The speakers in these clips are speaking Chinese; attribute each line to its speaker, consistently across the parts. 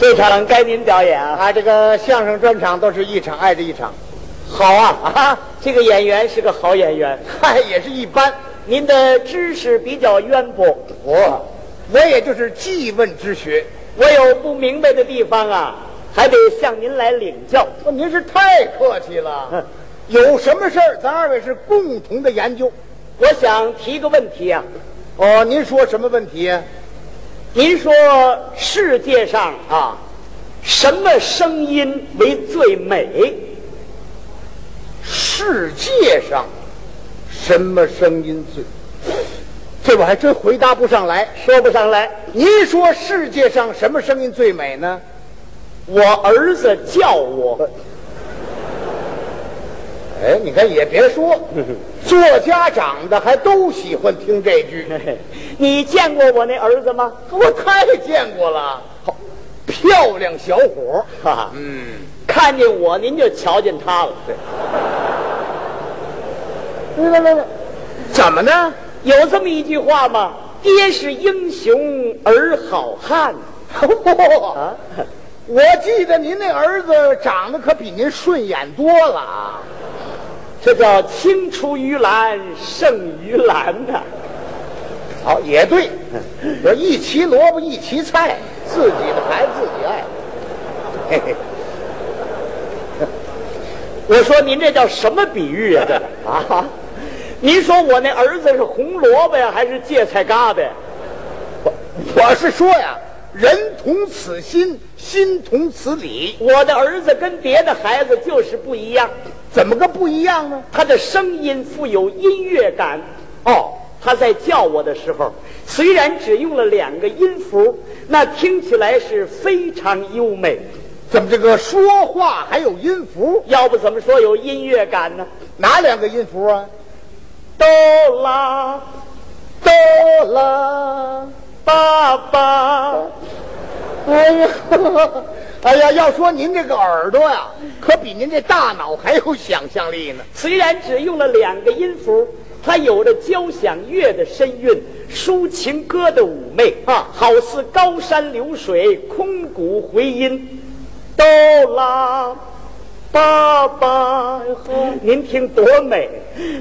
Speaker 1: 这场该您表演啊！
Speaker 2: 啊，这个相声专场都是一场挨着一场，
Speaker 1: 好啊啊！这个演员是个好演员，
Speaker 2: 嗨，也是一般。
Speaker 1: 您的知识比较渊博，
Speaker 2: 我，我也就是记问之学。
Speaker 1: 我有不明白的地方啊，还得向您来领教。
Speaker 2: 哦您是太客气了，有什么事儿，咱二位是共同的研究。
Speaker 1: 我想提个问题啊，
Speaker 2: 哦，您说什么问题呀、
Speaker 1: 您说世界上
Speaker 2: 啊，
Speaker 1: 什么声音为最美？
Speaker 2: 世界上什么声音最？这我还真回答不上来。
Speaker 1: 说不上来。
Speaker 2: 您说世界上什么声音最美呢？
Speaker 1: 我儿子叫我，
Speaker 2: 哎，你看也别说，做家长的还都喜欢听这句。
Speaker 1: 你见过我那儿子吗？
Speaker 2: 我太见过了，好漂亮小伙儿。
Speaker 1: 哈哈，
Speaker 2: 嗯，
Speaker 1: 看见我您就瞧见他了。
Speaker 2: 来来来来，怎么 呢？
Speaker 1: 有这么一句话吗？爹是英雄儿好汉。
Speaker 2: 啊，我记得您那儿子长得可比您顺眼多了啊！
Speaker 1: 这叫青出于蓝胜于蓝呐、
Speaker 2: 好、也对，我一齐萝卜一齐菜，自己的孩子自己爱。嘿嘿，
Speaker 1: 我说您这叫什么比喻呀、这个啊，您说我那儿子是红萝卜呀，还是芥菜疙瘩呀？
Speaker 2: 我是说呀，人同此心，心同此理，
Speaker 1: 我的儿子跟别的孩子就是不一样，
Speaker 2: 怎么个不一样啊呢？
Speaker 1: 他的声音富有音乐感。
Speaker 2: 哦，
Speaker 1: 他在叫我的时候，虽然只用了两个音符，那听起来是非常优美。
Speaker 2: 怎么这个说话还有音符？
Speaker 1: 要不怎么说有音乐感呢？
Speaker 2: 哪两个音符啊？
Speaker 1: 哆啦
Speaker 2: 哆啦。
Speaker 1: 爸爸，
Speaker 2: 哎呀， 哎呀，要说您这个耳朵呀，可比您这大脑还有想象力呢。
Speaker 1: 虽然只用了两个音符，它有着交响乐的深韵，抒情歌的妩媚
Speaker 2: 啊
Speaker 1: 好似高山流水，空谷回音。哆啦，爸爸，您听多美，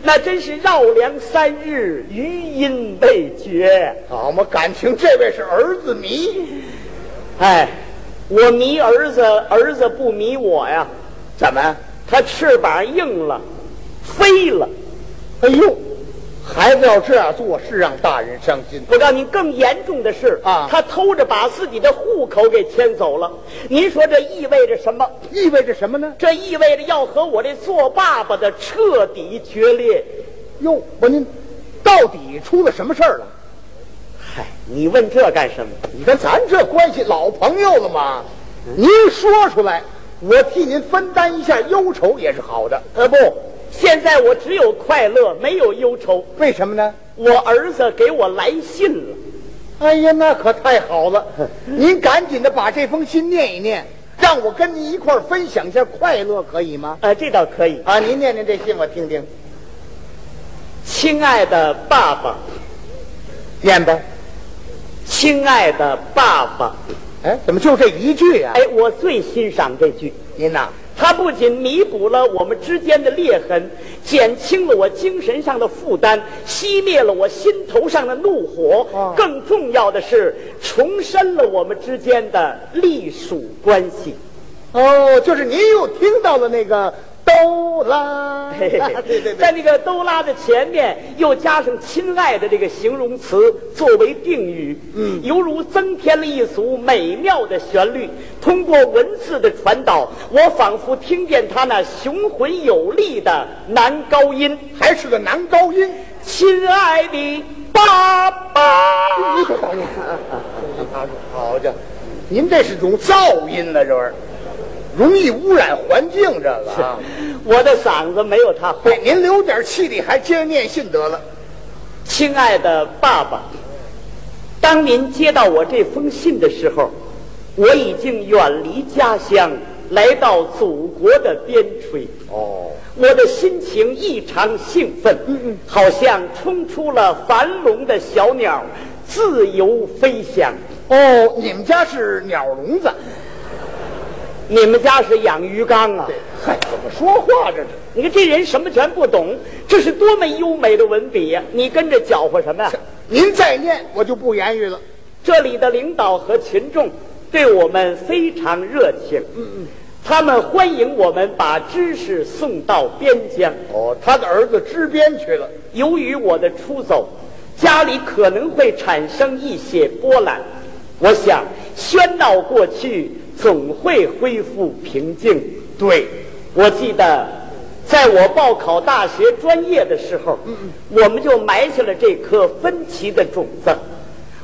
Speaker 1: 那真是绕梁三日，余音未绝。
Speaker 2: 好嘛，感情这位是儿子迷，
Speaker 1: 哎，我迷儿子，儿子不迷我呀。
Speaker 2: 怎么？
Speaker 1: 他翅膀硬了，飞了。
Speaker 2: 哎呦，孩子要这样做是让大人伤心。
Speaker 1: 我告诉你，更严重的是
Speaker 2: 啊
Speaker 1: 他偷着把自己的户口给迁走了。您说这意味着什么？
Speaker 2: 意味着什么呢？
Speaker 1: 这意味着要和我这做爸爸的彻底决裂。
Speaker 2: 哟，我您到底出了什么事儿了？
Speaker 1: 嗨，你问这干什么？
Speaker 2: 你看咱这关系老朋友了嘛，您说出来，我替您分担一下忧愁也是好的。
Speaker 1: 呃，不，现在我只有快乐，没有忧愁。
Speaker 2: 为什么呢？
Speaker 1: 我儿子给我来信了，
Speaker 2: 哎呀，那可太好 了！您赶紧的把这封信念一念，让我跟您一块儿分享一下快乐，可以吗？
Speaker 1: 呃，这倒可以。
Speaker 2: 啊，您念念这信，我听听，
Speaker 1: 亲爱的爸爸，
Speaker 2: 念吧。
Speaker 1: 亲爱的爸爸，
Speaker 2: 哎，怎么就这一句呀、
Speaker 1: 哎，我最欣赏这句。
Speaker 2: 您呐，
Speaker 1: 它不仅弥补了我们之间的裂痕，减轻了我精神上的负担，熄灭了我心头上的怒火，
Speaker 2: 啊
Speaker 1: 更重要的是重申了我们之间的隶属关 系。
Speaker 2: 哦，就是您又听到了那个哆 啦，
Speaker 1: 嘿嘿嘿
Speaker 2: 对对
Speaker 1: 在
Speaker 2: 对，
Speaker 1: 那个“都拉”的前面又加上“亲爱的”这个形容词作为定语，嗯，犹如增添了一组美妙的旋律。通过文字的传导，我仿佛听见他那雄浑有力的男高音。
Speaker 2: 还是个男高音。
Speaker 1: 亲爱的爸爸，
Speaker 2: 哎好家伙，您这是种噪音了，这玩意儿，容易污染环境，这个啊。
Speaker 1: 我的嗓子没有他好。
Speaker 2: 对，您留点气力，还接着念信得了。
Speaker 1: 亲爱的爸爸，当您接到我这封信的时候，我已经远离家乡，来到祖国的边陲。
Speaker 2: 哦。
Speaker 1: 我的心情异常兴奋，好像冲出了樊笼的小鸟，自由飞翔。
Speaker 2: 哦，你们家是鸟笼子，
Speaker 1: 你们家是养鱼缸啊？
Speaker 2: 嗨，怎么说话这是？
Speaker 1: 你看这人什么全不懂，这是多么优美的文笔呀、你跟着搅和什么呀、
Speaker 2: 您再念，我就不言语了。
Speaker 1: 这里的领导和群众对我们非常热情，他们欢迎我们把知识送到边疆。
Speaker 2: 哦，他的儿子支边去了。
Speaker 1: 由于我的出走，家里可能会产生一些波澜。我想，喧闹过去，总会恢复平静。
Speaker 2: 对，
Speaker 1: 我记得，在我报考大学专业的时候，我们就埋下了这颗分歧的种子。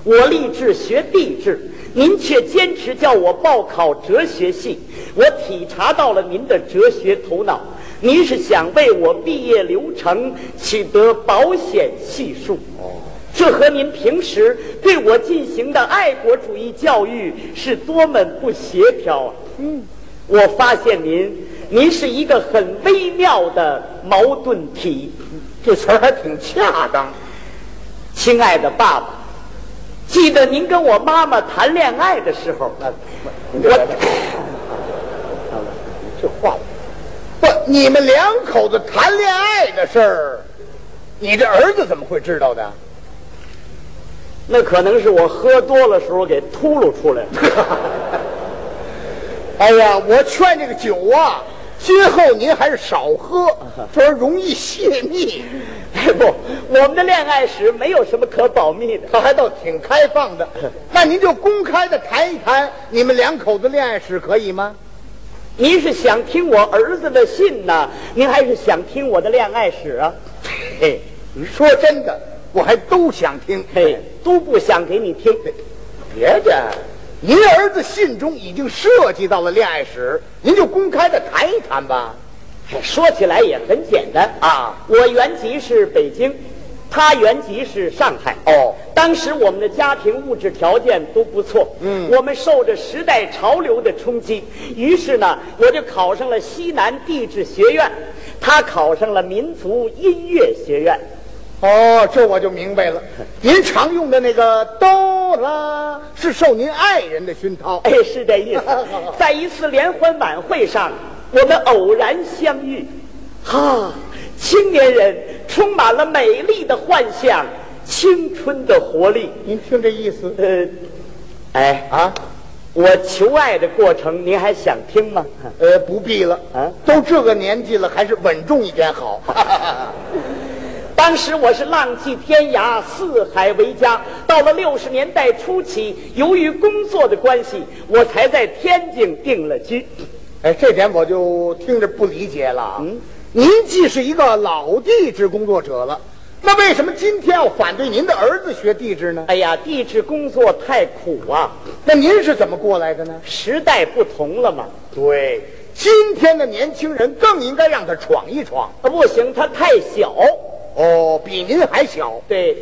Speaker 1: 我立志学地质，您却坚持叫我报考哲学系。我体察到了您的哲学头脑，您是想为我毕业流程取得保险系数。这和您平时对我进行的爱国主义教育是多么不协调啊！嗯，我发现您，您是一个很微妙的矛盾体。
Speaker 2: 嗯这词儿还挺恰当。
Speaker 1: 亲爱的爸爸，记得您跟我妈妈谈恋爱的时候，我
Speaker 2: 这话不，你们两口子谈恋爱的事儿，你这儿子怎么会知道的？
Speaker 1: 那可能是我喝多了时候给秃噜出来 了。
Speaker 2: 哎呀，我劝这个酒啊，今后您还是少喝，这玩意儿容易泄密。
Speaker 1: 哎不，我们的恋爱史没有什么可保密的。
Speaker 2: 他还倒挺开放的，那您就公开的谈一谈你们两口子恋爱史可以吗？
Speaker 1: 您是想听我儿子的信呢，您还是想听我的恋爱史啊？
Speaker 2: 嘿，说真的，我还都想听。
Speaker 1: 嘿，都不想给你听。
Speaker 2: 别介，您儿子信中已经涉及到了恋爱史，您就公开的谈一谈吧。
Speaker 1: 哎说起来也很简单
Speaker 2: 啊
Speaker 1: 我原籍是北京，他原籍是上海。
Speaker 2: 哦
Speaker 1: 当时我们的家庭物质条件都不错，
Speaker 2: 嗯
Speaker 1: 我们受着时代潮流的冲击，于是呢，我就考上了西南地质学院，他考上了民族音乐学院。
Speaker 2: 哦，这我就明 白了。您常用的那个哆啦，是受您爱人的熏陶。
Speaker 1: 哎，是这意思
Speaker 2: 好好。
Speaker 1: 在一次联欢晚会上，我们偶然相遇，哈、青年人充满了美丽的幻想，青春的活力。
Speaker 2: 您听这意思
Speaker 1: 呃，哎，
Speaker 2: 啊？
Speaker 1: 我求爱的过程，您还想听吗？
Speaker 2: 呃，不必了
Speaker 1: 啊
Speaker 2: 都这个年纪了，还是稳重一点好。
Speaker 1: 当时我是浪迹天涯，四海为家。到了六十年代初期，由于工作的关系，我才在天津定了居。
Speaker 2: 哎，这点我就听着不理解了啊。嗯，您既是一个老地质工作者了，那为什么今天要反对您的儿子学地质呢？
Speaker 1: 哎呀，地质工作太苦啊，
Speaker 2: 那您是怎么过来的呢？
Speaker 1: 时代不同了嘛。
Speaker 2: 对，今天的年轻人更应该让他闯一闯。
Speaker 1: 啊，不行，他太小，
Speaker 2: 哦，比您还小，
Speaker 1: 对，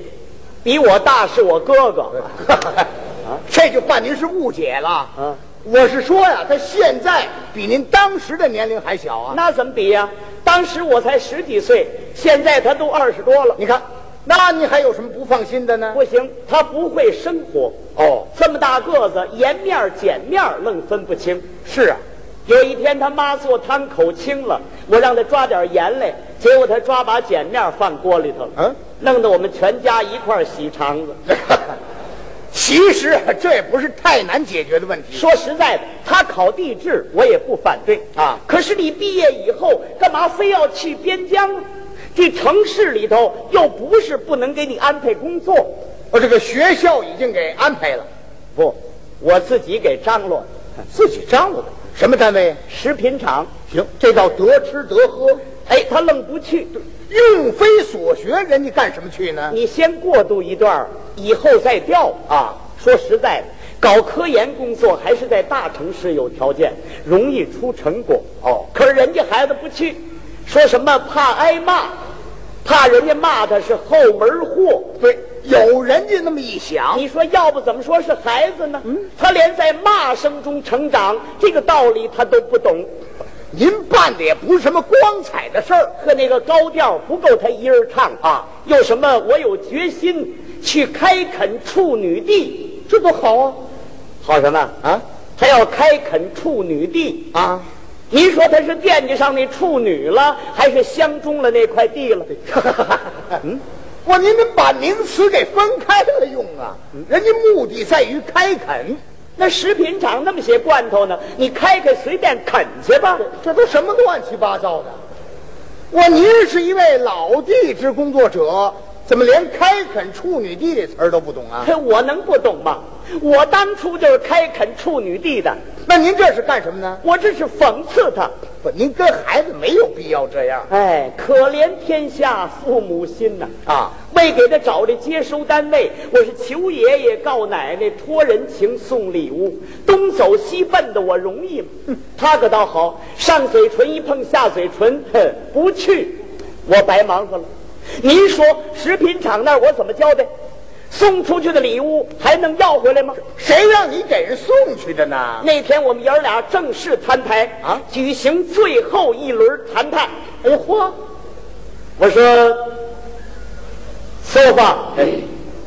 Speaker 1: 比我大是我哥哥。
Speaker 2: 啊这就犯您是误解了。
Speaker 1: 嗯
Speaker 2: 我是说呀，他现在比您当时的年龄还小啊。
Speaker 1: 那怎么比呀、当时我才十几岁，现在他都二十多了。
Speaker 2: 你看，那你还有什么不放心的呢？
Speaker 1: 不行，他不会生活。
Speaker 2: 哦，
Speaker 1: 这么大个子，颜面儿碱面儿愣分不清。
Speaker 2: 是啊，
Speaker 1: 有一天他妈做汤口清了，我让他抓点盐来，结果他抓把碱面儿放锅里头了，
Speaker 2: 嗯
Speaker 1: 弄得我们全家一块儿洗肠子。
Speaker 2: 其实啊这也不是太难解决的问题。
Speaker 1: 说实在的，他考地质我也不反对
Speaker 2: 啊
Speaker 1: 可是你毕业以后干嘛非要去边疆呢？这城市里头又不是不能给你安排工作，
Speaker 2: 我这个学校已经给安排了，
Speaker 1: 不，我自己给张罗
Speaker 2: 自己张罗的。什么单位？
Speaker 1: 食品厂。
Speaker 2: 行，这叫得吃得喝，
Speaker 1: 哎，他愣不去。
Speaker 2: 用非所学，人家干什么去呢？
Speaker 1: 你先过渡一段儿，以后再调
Speaker 2: 啊。
Speaker 1: 说实在的，搞科研工作还是在大城市有条件，容易出成果。
Speaker 2: 哦
Speaker 1: 可是人家孩子不去，说什么怕挨骂，怕人家骂他是后门货。
Speaker 2: 对，有人家那么一想，
Speaker 1: 你说，要不怎么说是孩子呢？他连在骂声中成长这个道理他都不懂，
Speaker 2: 您办的也不是什么光彩的事儿。
Speaker 1: 和那个高调不够他一人唱
Speaker 2: 啊！
Speaker 1: 又什么我有决心去开垦处女地，
Speaker 2: 这多好啊！
Speaker 1: 好什么？
Speaker 2: 啊，
Speaker 1: 他要开垦处女地，
Speaker 2: 啊，
Speaker 1: 您说他是惦记上那处女了，还是相中了那块地了？
Speaker 2: 嗯，我您这把名词给分开了用啊，人家目的在于开垦，
Speaker 1: 那食品厂那么些罐头呢，你开开随便啃去吧。
Speaker 2: 这都什么乱七八糟的？我您是一位老地质工作者，怎么连开垦处女地这词儿都不懂啊？
Speaker 1: 嘿我能不懂吗？我当初就是开垦处女地的，
Speaker 2: 那您这是干什么呢？
Speaker 1: 我这是讽刺他。
Speaker 2: 不，您跟孩子没有必要这样
Speaker 1: 哎，可怜天下父母心呐、
Speaker 2: 啊。
Speaker 1: 为给他找这接收单位，我是求爷爷告奶奶，托人情送礼物，东走西奔的，我容易吗？他可倒好，上嘴唇一碰下嘴唇，哼，不去，我白忙活了。您说食品厂那儿我怎么交代？送出去的礼物还能要回来吗？
Speaker 2: 谁让你给人送去的呢？
Speaker 1: 那天我们爷儿俩正式摊牌
Speaker 2: 啊
Speaker 1: 举行最后一轮谈判。
Speaker 2: 哎呦嚯！
Speaker 1: 我说，s o f a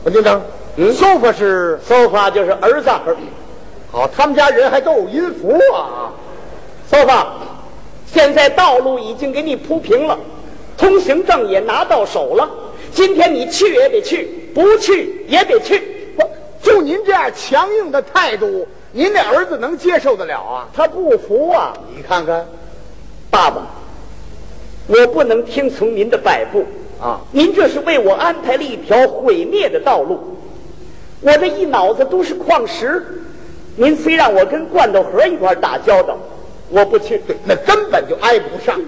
Speaker 2: 我就等，嗯，说法是
Speaker 1: s o f a 就是儿子
Speaker 2: 好，他们家人还都有音符啊。
Speaker 1: s o f a 现在道路已经给你铺平了，通行证也拿到手了，今天你去也得去，不去也得去。
Speaker 2: 不，就您这样强硬的态度，您那儿子能接受得了啊？
Speaker 1: 他不服啊，
Speaker 2: 你看看，
Speaker 1: 爸爸，我不能听从您的摆布
Speaker 2: 啊
Speaker 1: 您这是为我安排了一条毁灭的道路。我这一脑子都是矿石，您非让我跟罐头盒一块儿打交道，我不去。
Speaker 2: 那根本就挨不上。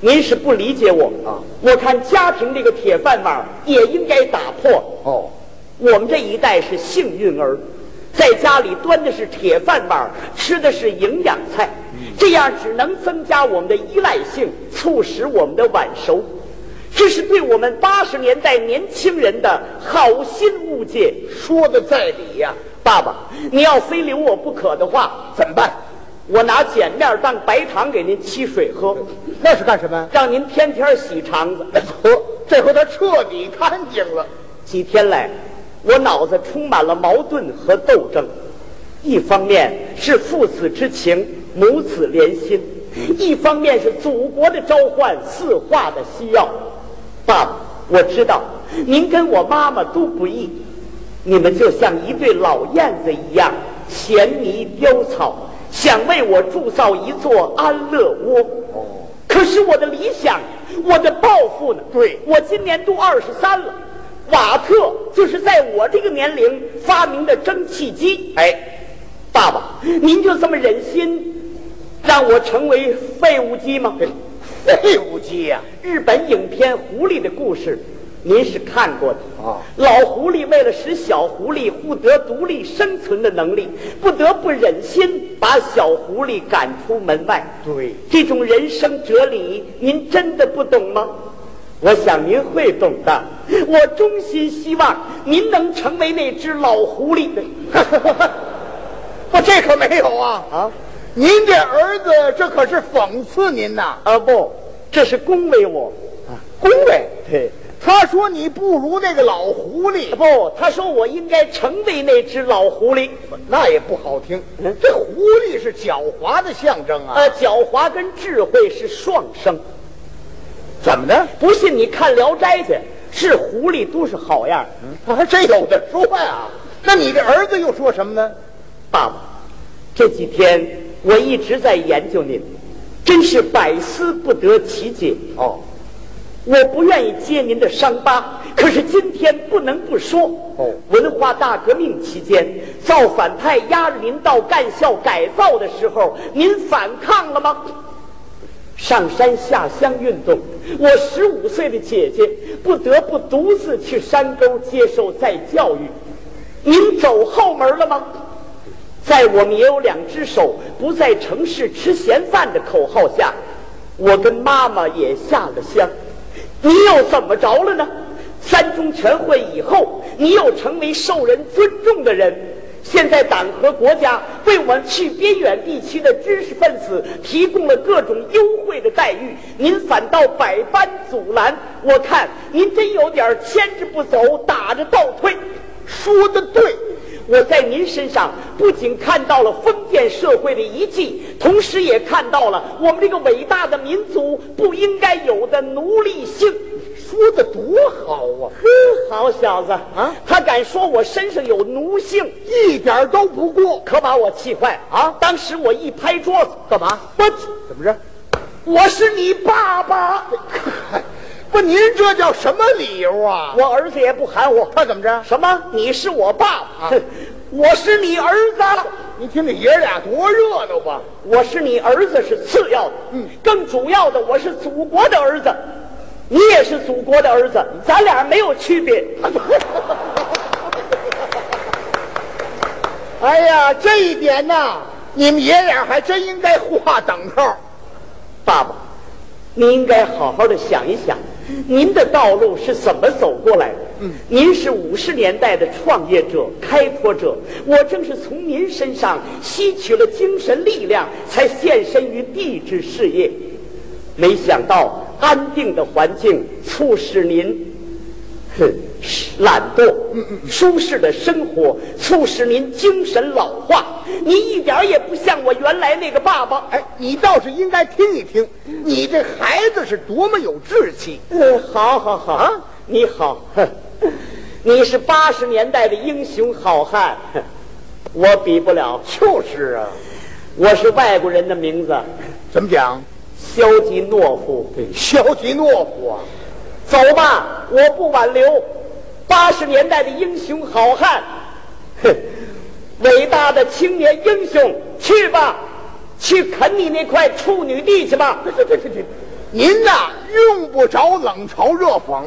Speaker 1: 您是不理解我
Speaker 2: 啊！
Speaker 1: 我看家庭这个铁饭碗也应该打破。
Speaker 2: 哦，
Speaker 1: 我们这一代是幸运儿，在家里端的是铁饭碗，吃的是营养菜，
Speaker 2: 嗯
Speaker 1: 这样只能增加我们的依赖性，促使我们的晚熟。这是对我们八十年代年轻人的好心误解。
Speaker 2: 说的在理呀、
Speaker 1: 爸爸，你要非留我不可的话，
Speaker 2: 怎么办？
Speaker 1: 我拿碱面当白糖给您沏水喝，
Speaker 2: 那是干什么？
Speaker 1: 让您天天洗肠子。
Speaker 2: 哎呵，这回他彻底干净了。
Speaker 1: 几天来，我脑子充满了矛盾和斗争。一方面是父子之情，母子连心；一方面是祖国的召唤，四化的需要。爸爸，我知道您跟我妈妈都不易，你们就像一对老燕子一样衔泥雕草，想为我铸造一座安乐窝。可是我的理想，我的抱负呢？
Speaker 2: 对
Speaker 1: 我今年都二十三了，瓦特就是在我这个年龄发明的蒸汽机。
Speaker 2: 哎，
Speaker 1: 爸爸，您就这么忍心让我成为废物机吗？
Speaker 2: 哎废物机啊呀、
Speaker 1: 日本影片《狐狸的故事》，您是看过的
Speaker 2: 啊
Speaker 1: 老狐狸为了使小狐狸获得独立生存的能力，不得不忍心把小狐狸赶出门外。
Speaker 2: 对
Speaker 1: 这种人生哲理，您真的不懂吗？我想您会懂的。我衷心希望您能成为那只老狐狸 的。
Speaker 2: 我哦这可没有啊
Speaker 1: 啊！
Speaker 2: 您这儿子这可是讽刺您呐，
Speaker 1: 啊不，这是恭维我。
Speaker 2: 恭维。
Speaker 1: 对，
Speaker 2: 他说你不如那个老狐狸，
Speaker 1: 不，他说我应该成为那只老狐狸。
Speaker 2: 那也不好听。这狐狸是狡猾的象征啊！
Speaker 1: 呃，狡猾跟智慧是双生。
Speaker 2: 怎么呢？
Speaker 1: 不信你看《聊斋》去，是狐狸都是好样儿。
Speaker 2: 还真嗯啊有的说呀。那你这儿子又说什么呢？
Speaker 1: 爸爸，这几天我一直在研究您，真是百思不得其解。
Speaker 2: 哦，
Speaker 1: 我不愿意揭您的伤疤，可是今天不能不说。
Speaker 2: 哦
Speaker 1: 文化大革命期间，造反派押着您到干校改造的时候，您反抗了吗？上山下乡运动，我十五岁的姐姐不得不独自去山沟接受再教育。您走后门了吗？在我们也有两只手不在城市吃闲饭的口号下，我跟妈妈也下了乡。你又怎么着了呢？三中全会以后，你又成为受人尊重的人。现在党和国家为我们去边远地区的知识分子提供了各种优惠的待遇，您反倒百般阻拦。我看您真有点牵着不走，打着倒退。
Speaker 2: 说的对，
Speaker 1: 我在您身上不仅看到了封建社会的遗迹，同时也看到了我们这个伟大的民族不应该有的奴隶性。
Speaker 2: 说的多好啊，
Speaker 1: 呵，好小子
Speaker 2: 啊
Speaker 1: 他敢说我身上有奴性，
Speaker 2: 一点儿都不过。
Speaker 1: 可把我气坏了啊！当时我一拍桌子，
Speaker 2: 干嘛？
Speaker 1: 我
Speaker 2: 怎么着？
Speaker 1: 我是你爸爸，
Speaker 2: 不，您这叫什么理由啊？
Speaker 1: 我儿子也不喊我
Speaker 2: 他怎么着？
Speaker 1: 什么，你是我爸爸，
Speaker 2: 啊
Speaker 1: 哼 我是你儿子了。
Speaker 2: 你听这爷俩多热闹吧？
Speaker 1: 我是你儿子是次要的，
Speaker 2: 嗯，
Speaker 1: 更主要的我是祖国的儿子，你也是祖国的儿子，咱俩没有区别。
Speaker 2: 哎呀，这一点呐，你们爷俩还真应该画等号。
Speaker 1: 爸爸，您应该好好的想一想，您的道路是怎么走过来的？嗯，您是五十年代的创业者、开拓者，我正是从您身上吸取了精神力量，才献身于地质事业。没想到安定的环境促使您哼，懒惰、舒适的生活促使您精神老化，您一点儿也不像我原来那个爸爸。
Speaker 2: 哎，你倒是应该听一听，你这孩子是多么有志气。
Speaker 1: 嗯， 好好好啊，你好， 哼你是八十年代的英雄好汉， 哼我比不了。
Speaker 2: 就是啊，
Speaker 1: 我是外国人的名字，
Speaker 2: 怎么讲？
Speaker 1: 肖吉诺夫。
Speaker 2: 肖提诺夫啊，
Speaker 1: 走吧，我不挽留。八十年代的英雄好汉， 哼，伟大的青年英雄，去吧，去啃你那块处女地去吧。
Speaker 2: 这这这这， 您呐用不着冷嘲热讽，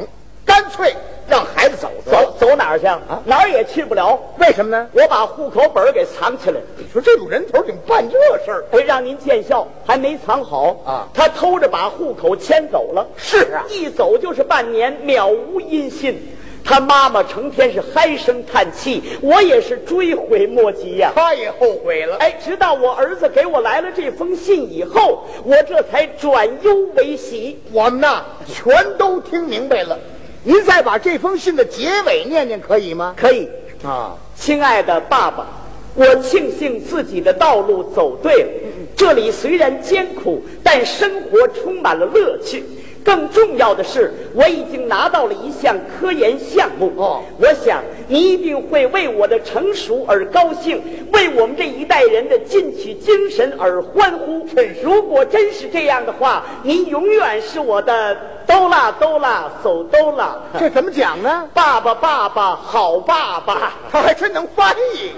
Speaker 2: 干脆让孩子走得了
Speaker 1: 走。走哪儿去啊？哪儿也去不了。
Speaker 2: 为什么呢？
Speaker 1: 我把户口本儿给藏起来了。
Speaker 2: 你说这种人头儿怎么办这事儿？
Speaker 1: 哎，让您见笑，还没藏好
Speaker 2: 啊
Speaker 1: 他偷着把户口迁走了，
Speaker 2: 是啊
Speaker 1: 一走就是半年，渺无音信。他妈妈成天是唉声叹气，我也是追悔莫及呀、
Speaker 2: 他也后悔了。
Speaker 1: 哎，直到我儿子给我来了这封信以后，我这才转忧为喜。
Speaker 2: 我们呐，全都听明白了。您再把这封信的结尾念念可以吗？
Speaker 1: 可以，
Speaker 2: 啊，
Speaker 1: 亲爱的爸爸，我庆幸自己的道路走对了。这里虽然艰苦，但生活充满了乐趣。更重要的是，我已经拿到了一项科研项目。
Speaker 2: 哦
Speaker 1: 我想你一定会为我的成熟而高兴，为我们这一代人的进取精神而欢呼。如果真是这样的话，您永远是我的哆啦哆啦手哆啦，
Speaker 2: 这怎么讲呢？
Speaker 1: 爸爸爸爸好爸爸。
Speaker 2: 他还真能翻译。